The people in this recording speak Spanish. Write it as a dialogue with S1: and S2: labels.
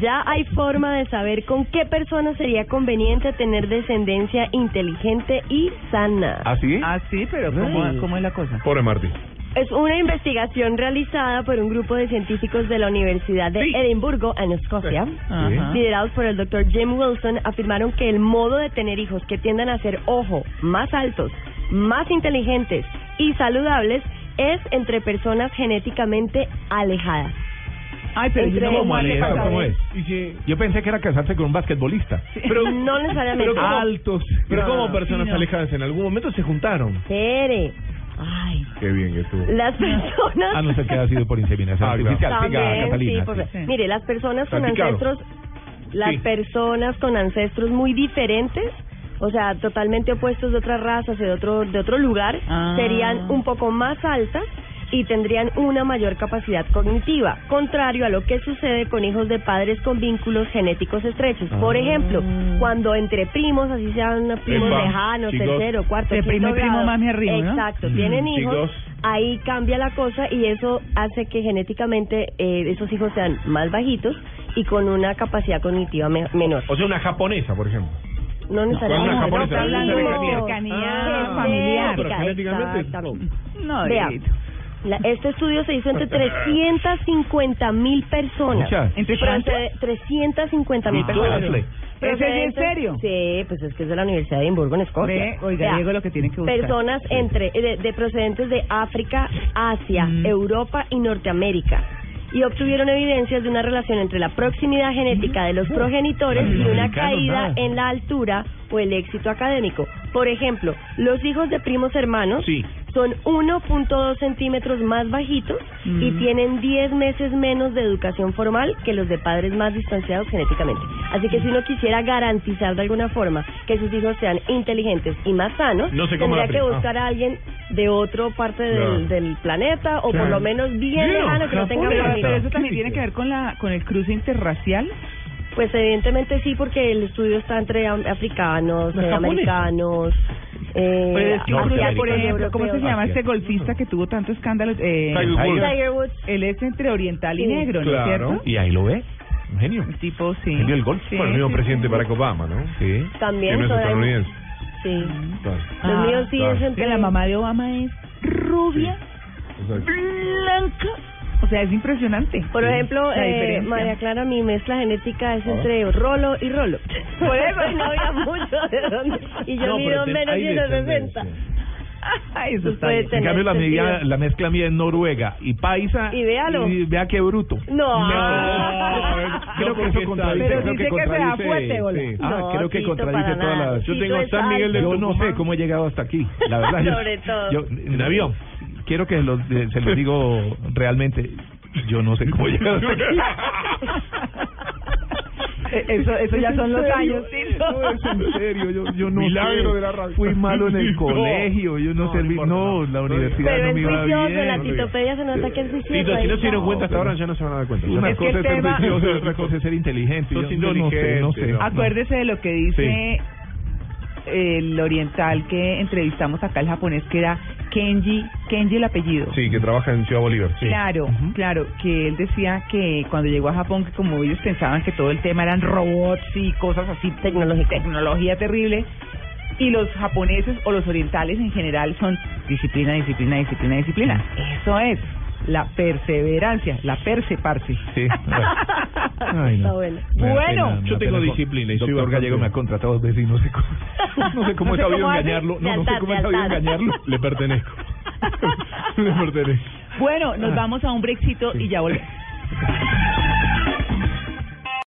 S1: Ya hay forma de saber con qué persona sería conveniente tener descendencia inteligente y sana.
S2: ¿Ah, sí?
S3: Ah, sí, pero ¿cómo, cómo es la cosa?
S2: Pobre Marty.
S1: Es una investigación realizada por un grupo de científicos de la Universidad de Edimburgo, en Escocia,
S4: Ah.
S3: Ajá.
S1: liderados por el doctor Jim Wilson, afirmaron que el modo de tener hijos que tiendan a ser, ojo, más altos, más inteligentes y saludables es entre personas genéticamente alejadas.
S3: Ay, pero yo
S1: Entre-
S3: no
S1: ¿Cómo
S3: me
S1: es?
S3: acuerdo.
S1: ¿Cómo es?
S2: ¿Y si- Yo pensé que era casarse con un basquetbolista.
S1: Pero- No necesariamente.
S2: Pero como,
S4: Altos.
S2: pero como personas
S3: ah, Sí, no.
S2: alejadas en algún momento se juntaron.
S1: Tere, ay,
S2: Qué bien que estuvo.
S1: las personas...
S4: A Ah, no ser que haya sido por inseminación
S2: Ah,
S4: artificial.
S2: claro.
S4: Siga,
S1: También,
S4: Catalina.
S1: sí, por
S4: sí.
S1: favor. Mire, las personas con
S2: Practicado.
S1: ancestros, las
S2: Sí.
S1: personas con ancestros muy diferentes, o sea, totalmente opuestos de otras razas y de otro de otro lugar,
S3: Ah.
S1: serían un poco más altas y tendrían una mayor capacidad cognitiva, contrario a lo que sucede con hijos de padres con vínculos genéticos estrechos.
S2: Ah.
S1: Por ejemplo, cuando entre primos, así sean primos
S2: Epa,
S1: lejanos,
S2: chicos.
S1: tercero, cuarto,
S3: De
S1: quinto
S3: primo y primo
S1: grado.
S3: más me arrimo, ¿no?
S1: Exacto, tienen hijos,
S2: Chicos.
S1: ahí cambia la cosa y eso hace que genéticamente eh, esos hijos sean más bajitos y con una capacidad cognitiva me- menor.
S2: O sea, una japonesa, por ejemplo.
S1: No necesariamente.
S2: una
S1: pero
S2: japonesa,
S1: hablando
S2: una
S1: como Ah,
S3: cercanía
S1: genética,
S3: familiar.
S2: Pero genéticamente,
S1: exactamente.
S3: No,
S1: Vea,
S3: Dieguito.
S1: la- este estudio se hizo entre 350 mil personas.
S4: Muchas.
S3: ¿Entre
S1: Procede- 350 mil
S2: Ah,
S1: personas.
S2: claro.
S3: ¿Pero eso sí es
S1: Procedentes-
S3: serio?
S1: Sí, pues es que es de la Universidad de Edimburgo, en Escocia.
S3: Ve, oiga,
S1: Vea,
S3: Diego, lo que tiene que buscar.
S1: Personas entre de, de procedentes de África, Asia,
S3: Mm.
S1: Europa y Norteamérica. Y obtuvieron evidencias de una relación entre la proximidad
S3: Mm.
S1: genética de los progenitores y una
S4: Latinoamericanos,
S1: caída
S4: nada.
S1: en la altura o el éxito académico. Por ejemplo, los hijos de primos hermanos
S2: Sí.
S1: son 1.2 centímetros más bajitos y
S3: Mm.
S1: tienen 10 meses menos de educación formal que los de padres más distanciados genéticamente. Así que si uno quisiera garantizar de alguna forma que sus hijos sean inteligentes y más sanos,
S2: No se coma la
S1: tendría que
S2: prima.
S1: buscar a alguien de otra parte del,
S2: Claro.
S1: del planeta o por
S2: Claro.
S1: lo menos bien
S2: Yeah,
S1: lejano que no tenga
S3: Pero,
S2: japonesa.
S3: pero
S1: familia.
S3: eso también tiene que ver con la con el cruce interracial.
S1: Pues evidentemente sí, porque el estudio está entre am- africanos,
S2: No,
S1: eh,
S2: japonés.
S1: americanos, eh,
S3: Pero es que,
S2: Norteamericanos.
S3: mira, por ejemplo, ¿cómo se
S1: europeos.
S3: llama
S2: Asia.
S3: este golfista que tuvo tantos escándalos? Eh,
S2: Tiger Woods.
S1: Tiger Woods.
S3: él es entre oriental y
S1: Sí.
S3: negro, ¿no es
S2: Claro.
S3: cierto?
S4: Y ahí lo ve. Un genio.
S3: El tipo, sí.
S4: Genio del golf.
S3: Sí,
S2: Bueno, el mismo
S3: sí,
S2: presidente
S3: sí.
S2: Barack Obama, ¿no?
S4: Sí.
S1: También.
S2: Que no es
S1: todavía-
S2: estadounidense.
S1: Sí.
S2: Claro.
S1: Los
S3: Ah,
S1: míos sí
S2: claro.
S1: es
S3: Es que
S1: entre
S3: la mamá de Obama es rubia,
S2: Exacto.
S3: blanca. O sea, es impresionante.
S1: Por ejemplo,
S3: La
S1: eh,
S3: diferencia.
S1: María Clara, mi mezcla genética es
S2: Ah.
S1: entre Rolo y Rolo. Por eso no había mucho de dónde. Y yo
S2: No, pero
S1: mido
S2: ten-
S1: menos
S2: hay
S1: de unos 60.
S2: descendencia.
S3: Ay, eso está
S1: puede
S3: bien.
S1: tener
S4: En cambio, la,
S1: sentido.
S4: media, la mezcla mía es Noruega y Paisa.
S1: Y véalo.
S4: Y vea qué bruto.
S1: No.
S4: Creo que eso contradice.
S3: Pero
S4: creo
S3: sí
S4: que
S3: sé que se da
S4: contradice-
S3: fuerte, hola.
S4: sí. Ah,
S1: No,
S4: creo que
S1: Tito, para
S4: contradice todas
S1: nada.
S4: las.
S1: Yo Tito tengo es San Miguel de alto.
S4: Yo no sé
S1: Tucumán.
S4: cómo he llegado hasta aquí. La verdad. yo-
S1: Sobre todo.
S4: Yo, en avión. Quiero que los- eh, se los digo realmente. Yo no sé cómo he llegado hasta aquí.
S3: Eh, Eso, eso ya
S4: ¿Es
S3: son
S4: en
S3: los
S4: serio?
S3: años. sí, no.
S4: No, es en serio, yo, yo no
S2: Milagro
S4: sé.
S2: de la radio.
S4: Fui malo en el
S2: No.
S4: colegio, yo no,
S2: No,
S4: serví,
S2: no importa,
S4: no,
S2: no.
S4: la
S2: No,
S4: universidad
S1: Pero
S4: no
S1: es
S4: me iba bien.
S1: juicioso, en la titopedia se nota que es juicioso.
S2: Tito, si no
S1: ahí
S2: se dieron
S1: está.
S2: cuenta hasta
S4: pero-
S2: ahora, ya no se van a dar cuenta.
S4: Una
S3: Es que
S4: cosa
S3: el
S4: es ser
S3: tema-
S4: juicioso y otra cosa es ser inteligente. Yo,
S2: Sos
S4: yo no sé, no sé.
S2: inteligente, ¿no?
S3: Acuérdese de lo que dice el oriental que entrevistamos acá, el japonés, que era Kenji, Kenji el apellido.
S2: Sí, que trabaja en Ciudad Bolívar. Sí.
S3: Claro,
S4: Ujú.
S3: claro, que él decía que cuando llegó a Japón, que como ellos pensaban que todo el tema eran robots y cosas así, tecnología, tecnología terrible, y los japoneses o los orientales en general son disciplina, disciplina, disciplina, disciplina. Eso es la perseverancia, la perseparse.
S4: Sí. Ay,
S1: Está
S4: no.
S1: bueno.
S4: Me da
S3: Bueno.
S4: pena, me
S2: Yo
S4: da
S2: tengo
S4: pena.
S2: disciplina y soy
S4: Doctor
S2: bastante-
S4: Gallego me ha contratado dos veces y no sé cómo, no sé cómo
S1: No
S4: he
S1: sé
S4: sabido
S1: cómo hace.
S4: engañarlo. No, no sé
S1: Lealtad,
S4: cómo he sabido
S1: lealtad.
S4: engañarlo.
S2: Le pertenezco. Le pertenezco.
S3: Bueno, nos
S4: Ah.
S3: vamos a un brexito
S4: Sí.
S3: y ya volvemos.